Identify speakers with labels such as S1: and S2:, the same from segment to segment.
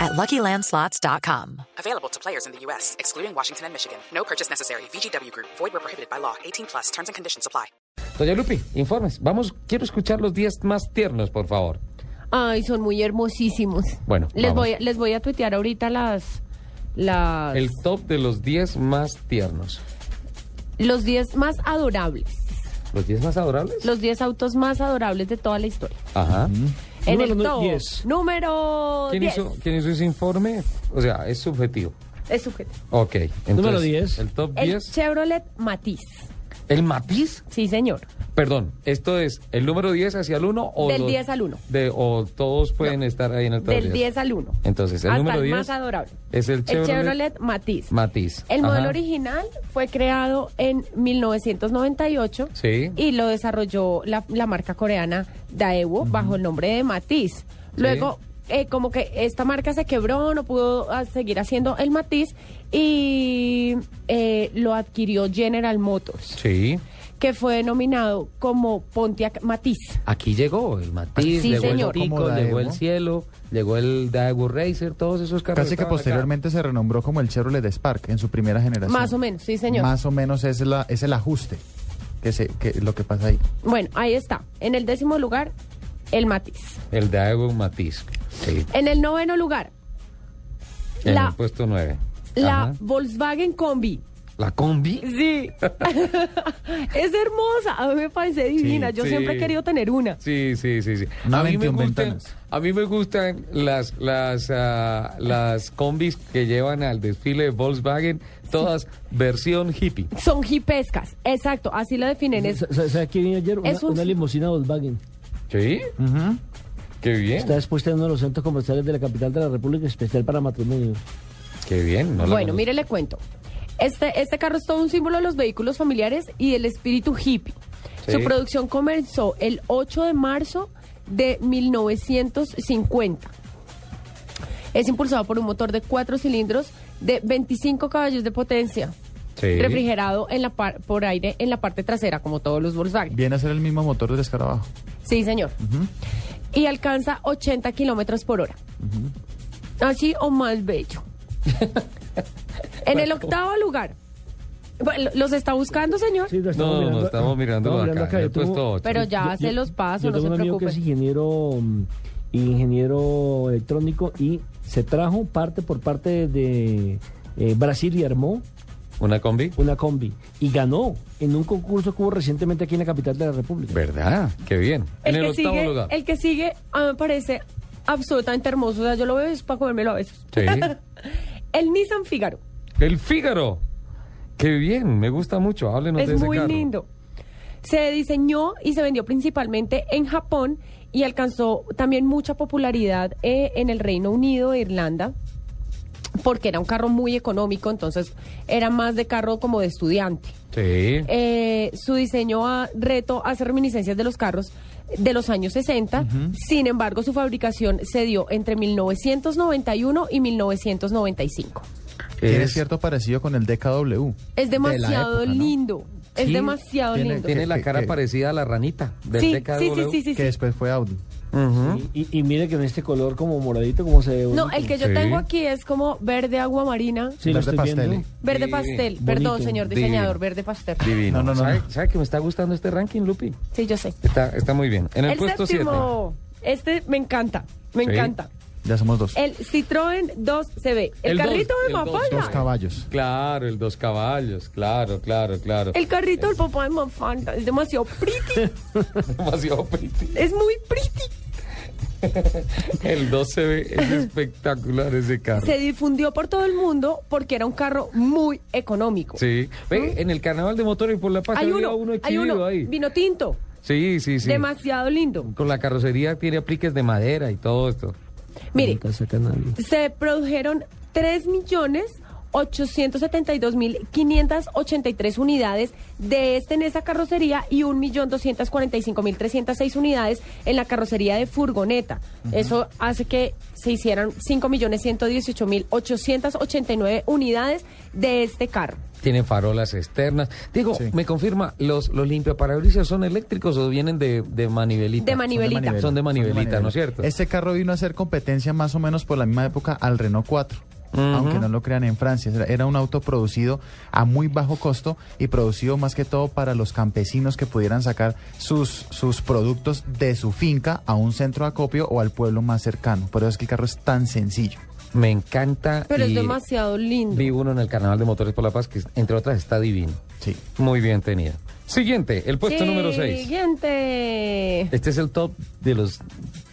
S1: at luckylandslots.com.
S2: Available to players in the U.S., excluding Washington and Michigan. No purchase necessary. VGW Group, void were prohibited by law. 18 plus terms and conditions apply.
S3: Doña Lupi, informes. Vamos, quiero escuchar los 10 más tiernos, por favor.
S4: Ay, son muy hermosísimos.
S3: Bueno,
S4: les
S3: vamos.
S4: voy, les voy a tuitear ahorita las, las
S3: El top de los 10 más tiernos.
S4: los 10 más adorables,
S3: ¿Los 10 más adorables?
S4: los 10 autos más adorables de toda la historia.
S3: Ajá.
S4: En
S5: Número
S4: el
S5: nu-
S4: top
S5: 10.
S4: número
S3: ¿Quién
S4: 10.
S3: hizo, ¿Quién hizo ese informe? O sea, es subjetivo.
S4: Es subjetivo.
S3: Ok. entonces,
S5: Número 10.
S3: El top
S4: El
S3: 10.
S4: Chevrolet Matiz.
S3: ¿El matiz?
S4: Sí, señor.
S3: Perdón, ¿esto es el número 10 hacia el 1 o
S4: Del
S3: los-
S4: 10 al 1.
S3: De, ¿O todos pueden estar ahí en el top
S4: Del 10 al 1.
S3: Entonces, el
S4: Hasta
S3: número
S4: el
S3: 10
S4: más adorable.
S3: es el Chevrolet-
S4: Matiz.
S3: Matiz.
S4: El modelo
S3: Ajá.
S4: original fue creado en 1998
S3: Sí.
S4: y lo desarrolló la, la marca coreana Daewoo bajo el nombre de Matiz. Luego, eh, como que esta marca se quebró, no pudo ah, seguir haciendo el Matiz y eh, lo adquirió General Motors,
S3: Sí.
S4: que fue denominado como Pontiac Matiz.
S3: Aquí llegó el Matiz,
S4: Sí,
S3: llegó
S4: señor.
S3: el Pico,
S5: Como
S3: llegó
S5: Daewoo.
S3: el Cielo, llegó el Daewoo Racer, todos esos carros.
S5: Casi
S3: estaban
S5: que
S3: acá.
S5: posteriormente se renombró como el Chevrolet Spark en su primera generación.
S4: Más o menos, sí, señor.
S5: Más o menos es, la, es el ajuste que, se, que lo que pasa ahí.
S4: Bueno, ahí está. En el décimo lugar, el Matiz.
S3: El Daewoo Matiz. Sí.
S4: En el noveno lugar,
S3: En
S4: La-
S3: el puesto 9.
S4: la Volkswagen Combi.
S3: La combi.
S4: Sí. es hermosa. A mí me parece divina. Yo
S3: sí.
S4: siempre he querido tener una.
S3: Sí, sí, sí, sí.
S5: Una
S3: a, mí me
S5: 21
S3: gustan,
S5: ventanas.
S3: a mí me gustan las las ah, las combis que llevan al desfile de Volkswagen, todas versión hippie.
S4: Son jipescas. Exacto. Así la definen. Es,
S6: Sa- sa- ¿Sabe qué vi ayer? Una,
S4: Es un- ¿Eh?
S6: una limusina Volkswagen.
S3: ¿Sí? Qué bien.
S6: Está expuesta en uno de los centros comerciales de la capital de la República Especial para Matrimonio.
S3: Qué bien. no la
S4: bueno,
S3: conozco.
S4: mire, le cuento. Este, este carro es todo un símbolo de los vehículos familiares y del espíritu hippie.
S3: Sí.
S4: Su producción comenzó el 8 de marzo de 1950. Es impulsado por un motor de cuatro cilindros de 25 caballos de potencia.
S3: Sí.
S4: Refrigerado en la par- por aire en la parte trasera, como todos los Volkswagen.
S5: Viene a ser el mismo motor del escarabajo.
S4: Sí, señor. Y alcanza 80 kilómetros por hora. Así o más bello. en el octavo lugar. Bueno, ¿Los está buscando, señor?
S6: Sí, lo
S3: No, no, no, estamos mirándolo acá, pues el
S6: Yo tuve-
S3: puesto ocho.
S4: Pero ya hace los pasos,
S6: yo
S4: no
S6: tengo
S4: se
S6: un amigo que es
S4: preocupe.
S6: ingeniero, mm, ingeniero electrónico y se trajo parte por parte de eh, Brasil y armó
S3: ¿Una combi?
S6: una combi. Y ganó en un concurso que hubo recientemente aquí en la capital de la República.
S3: ¿Verdad? Qué bien. en el
S4: que
S3: octavo
S4: sigue,
S3: lugar.
S4: El que sigue a mí me parece absolutamente hermoso. O sea, yo lo veo es para comérmelo a veces.
S3: Sí.
S4: El Nissan Figaro.
S3: El Fígaro. Qué bien, me gusta mucho. Háblenos de
S4: es
S3: ese
S4: muy
S3: carro.
S4: lindo. Se diseñó y se vendió principalmente en Japón y alcanzó también mucha popularidad eh, en el Reino Unido e Irlanda porque era un carro muy económico, entonces era más de carro como de estudiante.
S3: Sí.
S4: Eh, su diseño a, reto hace reminiscencias de los carros de los años 60, sin embargo su fabricación se dio entre 1991 y 1995.
S5: Tiene
S3: Es-
S5: cierto parecido con el DKW.
S4: Es
S5: la
S4: demasiado
S5: época, ¿no?
S4: lindo, es
S3: Sí,
S4: demasiado
S5: tiene-
S4: lindo.
S3: Tiene la
S5: que-
S3: cara
S5: que-
S3: parecida a la ranita del
S4: Sí,
S3: DKW.
S4: sí, sí, sí, sí,
S5: Que
S4: sí.
S5: después fue Audi.
S3: Ujú.
S6: Y, y- y mire que en este color como moradito, como se ve.
S4: No,
S6: bonito.
S4: el que yo
S3: Sí.
S4: tengo aquí es como verde agua marina,
S6: Sí, lo
S5: Verde
S6: estoy
S5: pastel.
S6: viendo.
S4: verde
S3: Sí,
S4: pastel.
S6: bonito,
S4: Perdón, señor
S3: divino.
S4: diseñador, verde pastel.
S3: Divino.
S5: No, no, no,
S3: ¿Sabe,
S5: no.
S3: sabe que me está gustando este ranking, Lupi?
S4: Sí, yo sé.
S3: Está, está muy bien. En el,
S4: El
S3: puesto 7.
S4: séptimo, este me encanta, me
S3: Sí.
S4: encanta.
S5: Ya somos dos.
S4: El Citroën 2CB, el,
S3: El dos,
S4: carrito
S3: el
S4: de
S3: dos,
S5: Dos
S4: Mafalda.
S5: caballos.
S3: Claro, el dos caballos. Claro, claro, claro.
S4: El carrito del papá de Mafalda es demasiado pretty,
S3: Demasiado pretty.
S4: es muy pretty.
S3: El 2 se ve es espectacular ese carro.
S4: Se difundió por todo el mundo porque era un carro muy económico.
S3: Sí. Ve, en el carnaval de motores por la paz
S4: ¿Mm? Hay
S3: había
S4: uno, hay
S3: exhibido
S4: uno,
S3: ahí.
S4: vino tinto,
S3: Sí, sí, sí.
S4: demasiado lindo.
S3: Con la carrocería tiene apliques de madera y todo esto.
S4: Mire,
S6: Nunca saca nadie.
S4: se produjeron 3 millones 872.583 unidades. De este en esa carrocería y 1.245.306 unidades en la carrocería de furgoneta. Eso hace que se hicieran 5.118.889 unidades de este carro.
S3: Tienen farolas externas. Digo,
S5: Sí.
S3: me confirma, ¿los, los limpiaparabrisas son eléctricos o vienen de, de manivelita?
S4: De manivelita.
S3: Son de manivelita, ¿no es cierto?
S5: Este carro vino a ser competencia más o menos por la misma época al Renault 4. Aunque no lo crean en Francia, era- era un auto producido a muy bajo costo y producido más que todo para los campesinos que pudieran sacar sus, sus productos de su finca a un centro de acopio o al pueblo más cercano. Por eso es que el carro es tan sencillo.
S3: Me encanta.
S4: Pero es
S3: y
S4: demasiado lindo.
S3: Vi uno en el Carnaval de Motores por la Paz que, entre otras, está divino.
S5: Sí.
S3: Muy bien tenido. Siguiente, el puesto número 6.
S4: Siguiente.
S3: Este es el top de los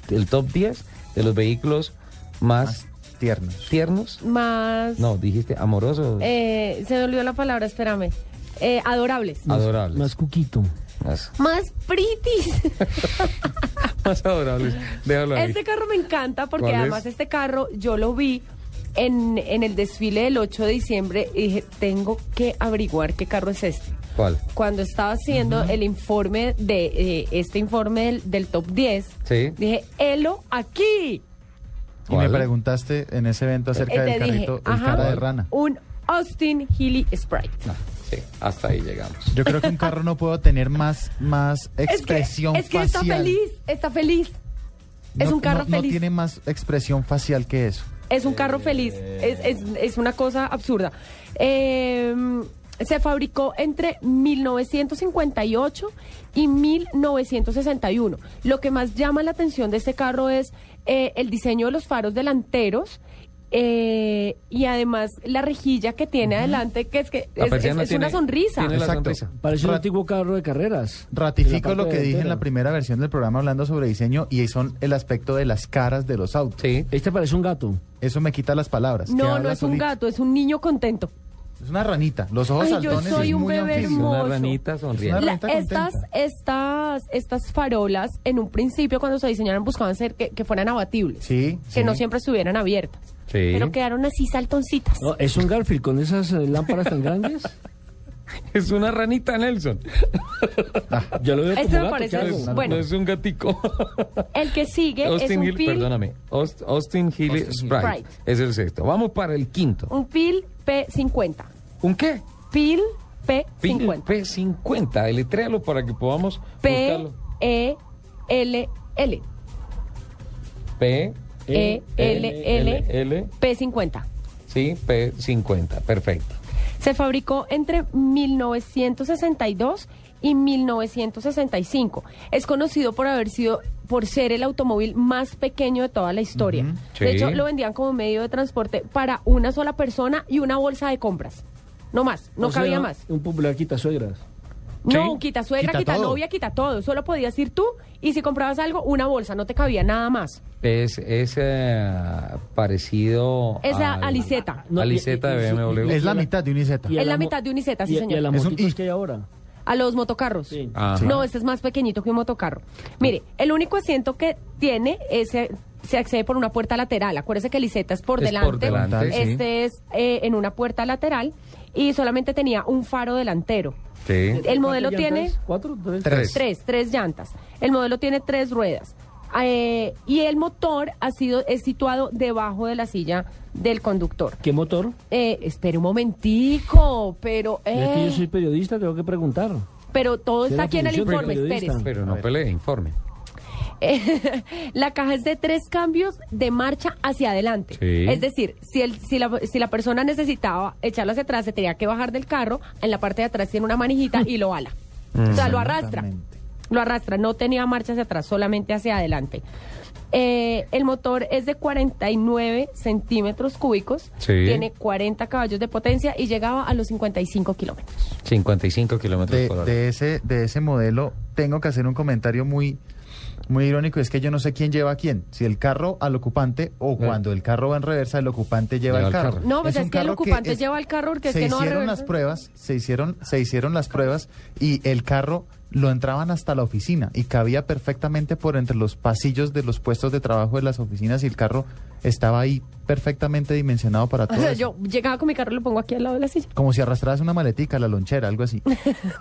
S3: el top 10 de los vehículos más
S5: Más tiernos.
S3: tiernos.
S4: Más.
S3: No, dijiste amorosos.
S4: Eh, se me olvidó la palabra, espérame. Eh, adorables.
S3: Ah. Adorables.
S6: Más cuquito.
S3: Más,
S4: Más pretties.
S3: más adorables. Déjalo ahí.
S4: Este carro me encanta porque
S3: ¿Cuál es?
S4: además este carro yo lo vi en, en el desfile del 8 de diciembre y dije, tengo que averiguar qué carro es este.
S3: ¿Cuál?
S4: Cuando estaba haciendo el informe de eh, este informe del, del top 10,
S3: Sí.
S4: dije, helo aquí.
S5: Y me
S3: ¿Cuál? Eh,
S5: preguntaste en ese evento acerca
S4: Y
S5: del
S4: te dije,
S5: carrito, el
S4: ajá, Uh.
S5: cara de rana.
S4: Un Austin Healy Sprite.
S3: Ah, sí, hasta ahí llegamos.
S5: Yo creo que un carro no puedo tener más, más
S4: Es que,
S5: expresión
S4: es que está
S5: facial.
S4: feliz, está feliz. es
S5: No-
S4: un carro
S5: no-
S4: feliz.
S5: No tiene más expresión facial que eso.
S4: Es un carro feliz, es, es- es una cosa absurda. Eh, se fabricó entre 1958 y 1961. Lo que más llama la atención de este carro es eh, el diseño de los faros delanteros. eh, y además la rejilla que tiene adelante, que es que
S3: La
S4: es,
S3: persiana
S4: es- es una
S3: tiene-
S4: sonrisa.
S3: tiene la
S5: Exacto.
S3: sonrisa.
S6: Parece un
S5: Ra-
S6: antiguo carro de carreras.
S5: Ratifico
S6: En la
S5: lo
S6: parte
S5: que dije en la
S6: delantera.
S5: primera versión del programa hablando sobre diseño y son el aspecto de las caras de los autos.
S3: Sí.
S6: Este parece un gato.
S5: Eso me quita las palabras. que
S4: No, no
S5: habla
S4: es un
S5: solito.
S4: gato, es un niño contento.
S5: Es una ranita. Los ojos
S4: Ay, yo
S5: saltones
S4: soy
S5: es
S4: un
S5: muy
S4: bebé
S5: anfibio.
S4: hermoso.
S3: Una ranita sonriendo.
S5: Es
S4: La-
S5: Ahorita
S4: estas,
S5: contenta.
S4: estas, estas farolas, en un principio cuando se diseñaron buscaban ser que, que fueran abatibles,
S5: Sí,
S4: que
S5: sí.
S4: no siempre estuvieran abiertas,
S3: Sí.
S4: pero quedaron así saltoncitas.
S6: No, es un Garfield con esas eh, lámparas tan grandes.
S3: Es una ranita, Nelson.
S6: Yo lo veo
S4: Este
S6: como
S4: me
S6: gato,
S4: parece
S6: ¿qué hago?
S4: hermoso. Bueno.
S3: No es un gatico.
S4: El que sigue es
S3: Austin
S4: un
S3: Hill,
S4: pil,
S3: perdóname. Aust- Austin Hill
S5: Austin Hill.
S3: Sprite.
S4: Sprite.
S3: Es el sexto. Vamos para el quinto.
S4: un pil P50,
S3: ¿Un qué?
S4: pil
S3: Pil
S4: P50,
S3: P50. Deletréalo para que podamos
S4: P
S3: buscarlo.
S4: E L L
S3: P
S4: E L L
S3: L.
S4: P50.
S3: Sí, P50. Perfecto.
S4: Se fabricó entre 1962 y 1965. Es conocido por haber sido por ser el automóvil más pequeño de toda la historia.
S3: sí.
S4: De hecho, lo vendían como medio de transporte para una sola persona y una bolsa de compras. No más, no
S6: O sea,
S4: cabía más.
S6: Un popular quitasuegras.
S4: No,
S3: sí.
S4: quita suegra,
S5: Quita
S4: quita,
S5: todo.
S4: novia, quita todo. Solo podías ir tú y si comprabas algo, una bolsa, no te cabía nada más.
S3: Es, es eh, parecido
S4: Es a- a Liseta.
S6: No,
S3: a
S6: y-
S3: Liseta
S6: y-
S3: de
S6: y-
S3: BMW.
S5: Es la mitad de un Iseta.
S6: Y a
S4: Es la
S6: mo-
S4: mitad de un Iseta, sí,
S6: y a-
S4: señor.
S6: Y a las
S5: Es un
S6: motitos
S5: I.
S6: que hay este ahora.
S4: A los motocarros.
S6: Sí.
S3: Ajá.
S4: No, este es más pequeñito que un motocarro. Mire, el único asiento que tiene es, eh, se accede por una puerta lateral. Acuérdese que Liseta es por
S3: Es
S4: delante.
S3: por delante,
S5: sí.
S4: Este es eh, en una puerta lateral y solamente tenía un faro delantero.
S3: Sí.
S4: El modelo
S6: ¿Cuántas
S4: tiene
S6: llantas? ¿Cuatro? ¿Tres?
S5: Tres.
S4: tres, tres llantas. El modelo tiene tres ruedas. Eh, y el motor ha sido es situado debajo de la silla del conductor.
S6: ¿Qué motor?
S4: Eh, espere un momentico, pero
S6: Es que
S4: eh,
S6: yo soy periodista, tengo que preguntar.
S4: pero todo
S6: soy
S4: está
S6: la
S4: aquí en el
S6: función del
S4: informe,
S6: periodista.
S4: espérese.
S3: Pero no pelee, informe.
S4: Eh, la caja es de tres cambios de marcha hacia adelante.
S3: Sí.
S4: Es decir, si, el, si, la, si la persona necesitaba echarlo hacia atrás, se tenía que bajar del carro, en la parte de atrás tiene una manijita y lo ala. O sea, lo arrastra.
S5: Exactamente.
S4: Lo arrastra, no tenía marcha hacia atrás, solamente hacia adelante. Eh, el motor es de 49 centímetros cúbicos,
S3: Sí.
S4: tiene 40 caballos de potencia y llegaba a los 55 kilómetros.
S3: 55 kilómetros
S5: de,
S3: por hora.
S5: de ese, de ese modelo, tengo que hacer un comentario muy, Muy irónico, es que yo no sé quién lleva a quién, si el carro al ocupante o cuando el carro va en reversa, el ocupante Eh. lleva
S3: Lleva
S5: el
S3: el
S5: carro.
S3: carro.
S4: No, pues es
S5: un
S4: que el
S5: carro
S4: ocupante lleva el carro porque es
S5: se
S4: que no va a
S5: hicieron las
S4: reversa.
S5: pruebas, se hicieron, se hicieron las pruebas y el carro lo entraban hasta la oficina y cabía perfectamente por entre los pasillos de los puestos de trabajo de las oficinas y el carro estaba ahí perfectamente dimensionado para
S4: O
S5: todo.
S4: sea,
S5: eso.
S4: yo llegaba con mi carro y lo pongo aquí al lado de la silla.
S5: Como si arrastraras una maletica, la lonchera, algo así.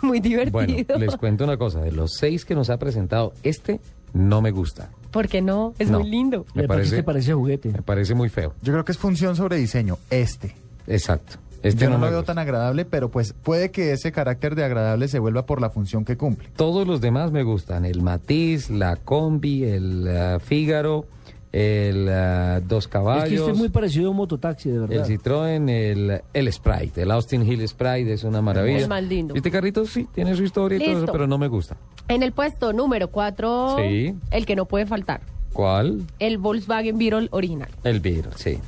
S4: Muy
S3: Bueno,
S4: divertido.
S3: les cuento una cosa. De los seis que nos ha presentado, este no me gusta.
S4: ¿Por qué no? Es
S3: No.
S4: muy lindo.
S3: Me
S6: ¿Y a ti qué
S3: parece-
S6: te parece juguete?
S3: Me parece muy feo.
S5: Yo creo que es función sobre diseño, este.
S3: Exacto. Este
S5: yo no,
S3: me
S5: lo veo
S3: gusta.
S5: tan agradable, pero pues puede que ese carácter de agradable se vuelva por la función que cumple.
S3: Todos los demás me gustan. El Matiz, la Combi, el ah, Fígaro, el ah, Dos
S6: Es que
S3: Caballos,
S6: este es muy parecido a un mototaxi, de
S3: el
S6: verdad.
S3: Citroën, el, el Sprite. El Austin Hill Sprite es una maravilla.
S4: Es más lindo.
S3: Este carrito sí tiene su historia y todo eso,
S4: Listo.
S3: pero no me gusta.
S4: En el puesto número 4,
S3: Sí.
S4: el que no puede faltar,
S3: ¿Cuál?
S4: el Volkswagen Beetle original.
S3: El Beetle, sí.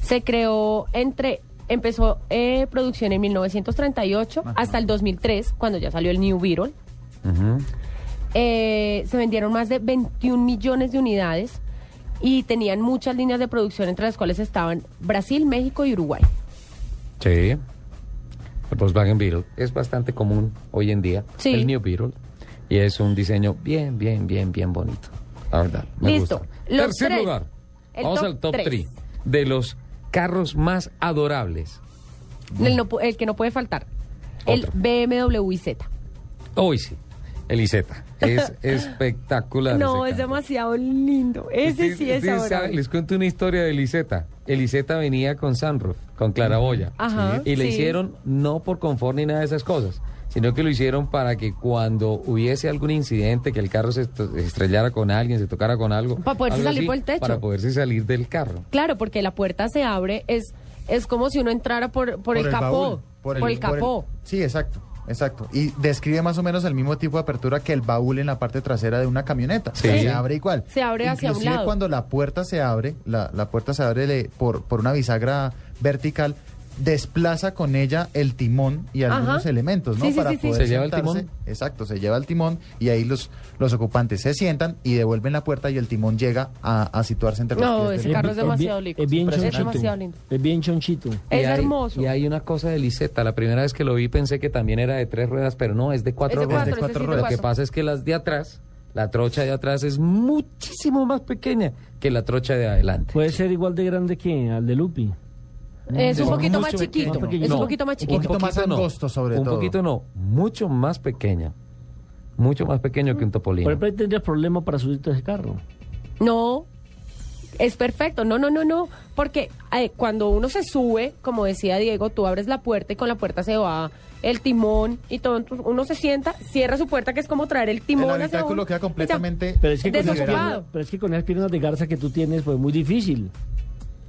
S4: Se creó entre... Empezó eh, producción en 1938 hasta el 2003, cuando ya salió el New Beetle.
S3: Ujú.
S4: Eh, se vendieron más de 21 millones de unidades y tenían muchas líneas de producción, entre las cuales estaban Brasil, México y Uruguay.
S3: Sí. El Volkswagen Beetle es bastante común hoy en día.
S4: Sí.
S3: El New Beetle. Y es un diseño bien, bien, bien, bien bonito. La verdad, me
S4: Listo.
S3: gusta.
S4: Los
S3: Tercer
S4: tres.
S3: lugar.
S4: El
S3: Vamos
S4: top
S3: al top
S4: tres.
S3: 3 de los carros más adorables.
S4: El, no pu- el que no puede faltar, el
S3: Otro.
S4: BMW IZ.
S3: Hoy sí. El IZ. Es espectacular.
S4: No,
S3: ese
S4: es
S3: carro.
S4: demasiado lindo. Ese sí es
S3: Ustedes saben,
S4: adorable.
S3: Les cuento una historia de Eliseta. Eliseta venía con sunroof, con claraboya.
S4: Ajá,
S3: y le
S4: sí.
S3: hicieron no por confort ni nada de esas cosas, sino que lo hicieron para que cuando hubiese algún incidente, que el carro se est- estrellara con alguien, se tocara con algo.
S4: Para poderse
S3: algo
S4: salir por el techo.
S3: Para poderse salir del carro.
S4: Claro, porque la puerta se abre, es, es como si uno entrara por, por, el, capó.
S5: baúl,
S4: por, el, capó.
S5: sí, exacto, exacto. Y describe más o menos el mismo tipo de apertura que el baúl en la parte trasera de una camioneta.
S3: Sí.
S5: O sea, Se abre igual.
S4: Se abre hacia un
S5: Inclusive
S4: lado.
S5: cuando la puerta se abre, la, la puerta se abre le- por, por una bisagra vertical, desplaza con ella el timón y
S4: Ajá.
S5: algunos elementos, ¿no?
S4: Sí, sí,
S5: Para
S4: sí, sí.
S5: poder
S3: ¿Se lleva el
S5: sentarse.
S3: timón?
S5: Exacto, se lleva el timón y ahí los, los ocupantes se sientan y devuelven la puerta y el timón llega a, a situarse entre los
S4: No,
S5: pies
S4: ese
S5: del-
S4: carro es
S6: bien-
S4: demasiado
S6: es
S4: lindo.
S6: bien
S4: Es
S6: chonchito.
S4: demasiado lindo.
S6: Es bien chonchito.
S4: Es
S3: Y hay-
S4: hermoso.
S3: Y hay una cosa de Eliseta. La primera vez que lo vi pensé que también era de tres ruedas, pero no, es de cuatro
S4: Es de
S3: ruedas.
S4: cuatro,
S5: cuatro
S4: ese sí
S5: ruedas.
S3: Lo
S4: de
S3: que
S4: cuatro.
S3: pasa es que las de atrás, la trocha de atrás es muchísimo más pequeña que la trocha de adelante.
S6: Puede ser igual de grande que al de Lupi.
S4: Es un
S3: No,
S4: poquito más
S3: mucho
S4: chiquito.
S3: pequeño.
S4: Es un
S3: No,
S4: poquito más
S5: Un
S4: chiquito.
S5: poquito más
S3: no,
S5: angosto, sobre
S3: un
S5: todo.
S3: poquito no, mucho más pequeña. Mucho más pequeño que un topolino.
S6: Por ejemplo, ahí tendrías problemas para subirte a ese carro.
S4: No, es perfecto. No, no, no, no. Porque eh, cuando uno se sube, como decía Diego, tú abres la puerta y con la puerta se va el timón y todo. Entonces, uno se sienta, cierra su puerta, que es como traer el timón. hacia
S5: habitáculo
S4: uno,
S5: queda
S4: y ya.
S5: completamente
S6: Pero es que, con esas
S4: Desocupado.
S6: piernas, pero es que con esas piernas de garza que tú tienes, pues muy difícil.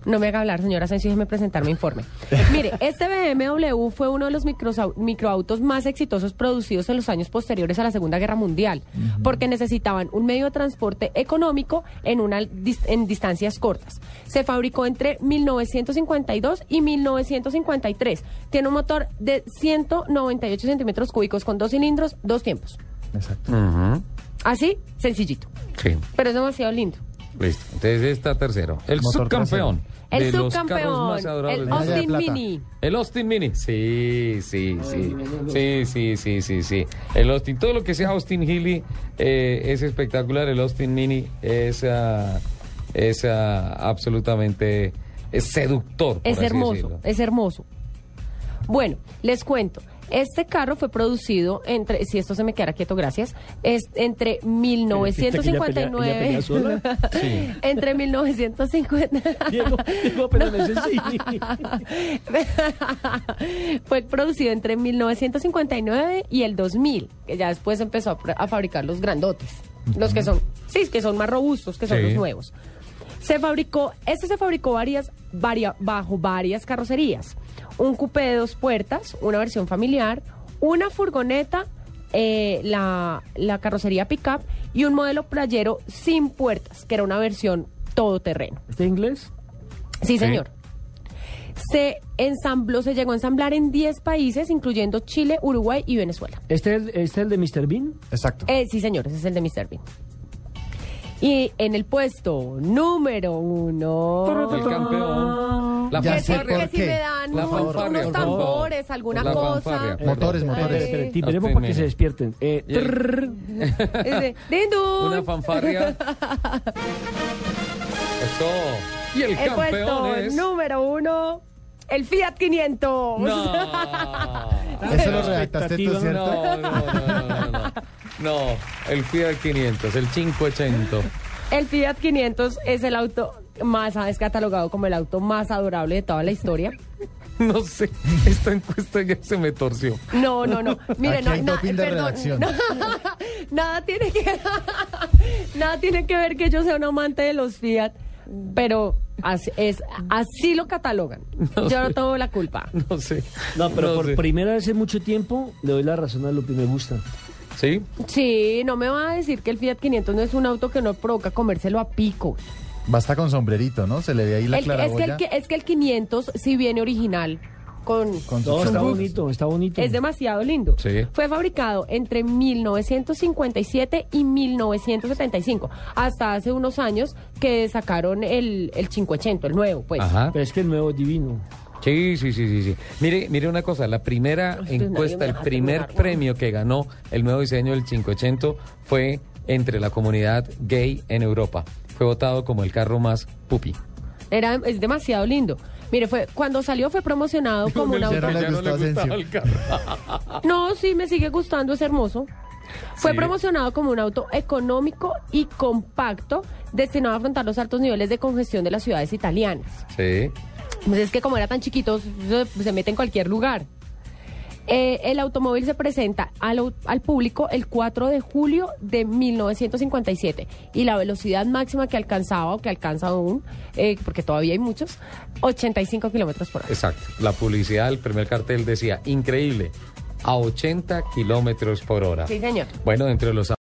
S4: No me haga hablar, señora Asensio, déjeme presentar mi informe. Mire, este BMW fue uno de los microsau- microautos más exitosos producidos en los años posteriores a la Segunda Guerra Mundial, porque necesitaban un medio de transporte económico en, una dis- en distancias cortas. Se fabricó entre 1952 y 1953. Tiene un motor de 198 centímetros cúbicos con dos cilindros, dos tiempos.
S5: Exacto.
S3: Ujú,
S4: Así, sencillito.
S3: Sí,
S4: Pero es demasiado lindo.
S3: listo. Entonces está tercero. El
S5: Motor
S3: subcampeón.
S4: El
S3: de los carros
S4: subcampeón,
S3: más adorables
S4: el
S3: del mundo.
S5: Medalla de
S4: Austin
S5: plata.
S4: Mini.
S3: El Austin Mini. Sí, sí, sí. Sí, sí, sí, sí, sí. El Austin, todo lo que sea Austin Healy eh, es espectacular. El Austin Mini es, ah, es ah, absolutamente eh, seductor. por
S4: Es
S3: así
S4: hermoso,
S3: decirlo.
S4: es hermoso. Bueno, les cuento. Este carro fue producido entre, si esto se me quedara quieto, gracias, es entre
S6: Ella pelea- ella pelea
S4: 1959.
S6: sola.
S4: Entre 1950.
S6: Diego, Diego, pero me dice sí.
S4: fue producido entre 1959 y el 2000, que ya después empezó a, pr- a fabricar los grandotes, los que son, sí, que son más robustos, que son
S3: Sí.
S4: los nuevos. Se fabricó, este se fabricó varias, varia- bajo varias carrocerías. Un coupé de dos puertas, una versión familiar, una furgoneta, eh, la, la carrocería pickup y un modelo playero sin puertas, que era una versión todoterreno.
S6: ¿Está en ¿Este inglés?
S4: Sí, señor. Se ensambló, se llegó a ensamblar en 10 países, incluyendo Chile, Uruguay y Venezuela.
S6: ¿Este es, el- este es el de Mr. Bean?
S5: Exacto.
S4: Eh, sí, señor, ese es el de Mr. Bean. Y en el puesto número uno.
S3: El campeón. La
S5: Ya
S4: Que
S5: sé
S4: sí,
S5: por
S4: que si
S5: qué.
S4: me dan
S3: La
S4: un-
S3: fanfarria,
S4: unos
S3: por favor.
S4: tambores, alguna
S3: La
S4: cosa.
S3: fanfarria.
S5: Motores,
S4: Eh,
S5: motores.
S6: Espere,
S4: eh,
S6: Tiremos
S3: Hostia,
S6: para que
S3: mira.
S6: se despierten. Eh,
S3: Y el-
S4: es de- ¡Din, dun!
S3: Una fanfarria. Eso. Y el,
S4: El puesto
S3: campeón es.
S4: número uno, el Fiat 500.
S3: No.
S5: Eso lo redactaste tú,
S6: Expectativa,
S5: ¿cierto?
S3: No, no, no, no, no, no. No, el Fiat 500, el 580.
S4: El Fiat 500 es el auto más, ah, es catalogado como el auto más adorable de toda la historia.
S3: No sé, esta encuesta ya se me torció.
S4: No, no, no. Mire,
S5: Aquí
S4: no,
S5: hay
S4: na-
S5: doping de redacción.
S4: no, nada tiene que nada tiene que ver que yo sea un amante de los Fiat, pero así, es, así lo catalogan. Yo no tengo la culpa.
S3: No sé.
S6: No, pero por
S3: sé.
S6: primera vez en mucho tiempo le doy la razón a Lupi, me gusta.
S3: Sí,
S4: Sí, no me va a decir que el Fiat 500 no es un auto que no provoca comérselo a pico.
S5: Basta con sombrerito, ¿no? Se le ve ahí la
S4: El- es, que el,
S5: claraboya.
S4: que- es que el 500 sí viene original con
S5: Con sus
S6: No, está
S5: sombreros.
S6: bonito, está bonito.
S4: Es demasiado lindo.
S3: Sí.
S4: Fue fabricado entre 1957 y 1975. Hasta hace unos años que sacaron el, el 580, el nuevo, pues.
S3: ajá.
S6: Pero es que el nuevo es divino.
S3: Sí, sí, sí, sí, sí. Mire, mire una cosa, la primera
S4: Uy, pues nadie
S3: encuesta,
S4: me
S3: el
S4: deja
S3: primer
S4: terminar, ¿no?
S3: premio que ganó el nuevo diseño del 580 fue entre la comunidad gay en Europa. Fue votado como el carro más pupi.
S4: Era, es demasiado lindo. Mire, fue, cuando salió fue promocionado como un
S5: Ya
S4: auto.
S5: no le gustó a Asensio.
S4: No, sí, me sigue gustando, es hermoso. Fue
S3: Sí.
S4: promocionado como un auto económico y compacto destinado a afrontar los altos niveles de congestión de las ciudades italianas.
S3: Sí.
S4: Pues es que como era tan chiquitos, se, se mete en cualquier lugar. Eh, el automóvil se presenta al, au- al público el 4 de julio de 1957 y la velocidad máxima que alcanzaba o que alcanza aún, eh, porque todavía hay muchos, 85 kilómetros por hora.
S3: Exacto. La publicidad, el primer cartel decía, increíble, a 80 kilómetros por hora.
S4: Sí, señor.
S3: Bueno, entre los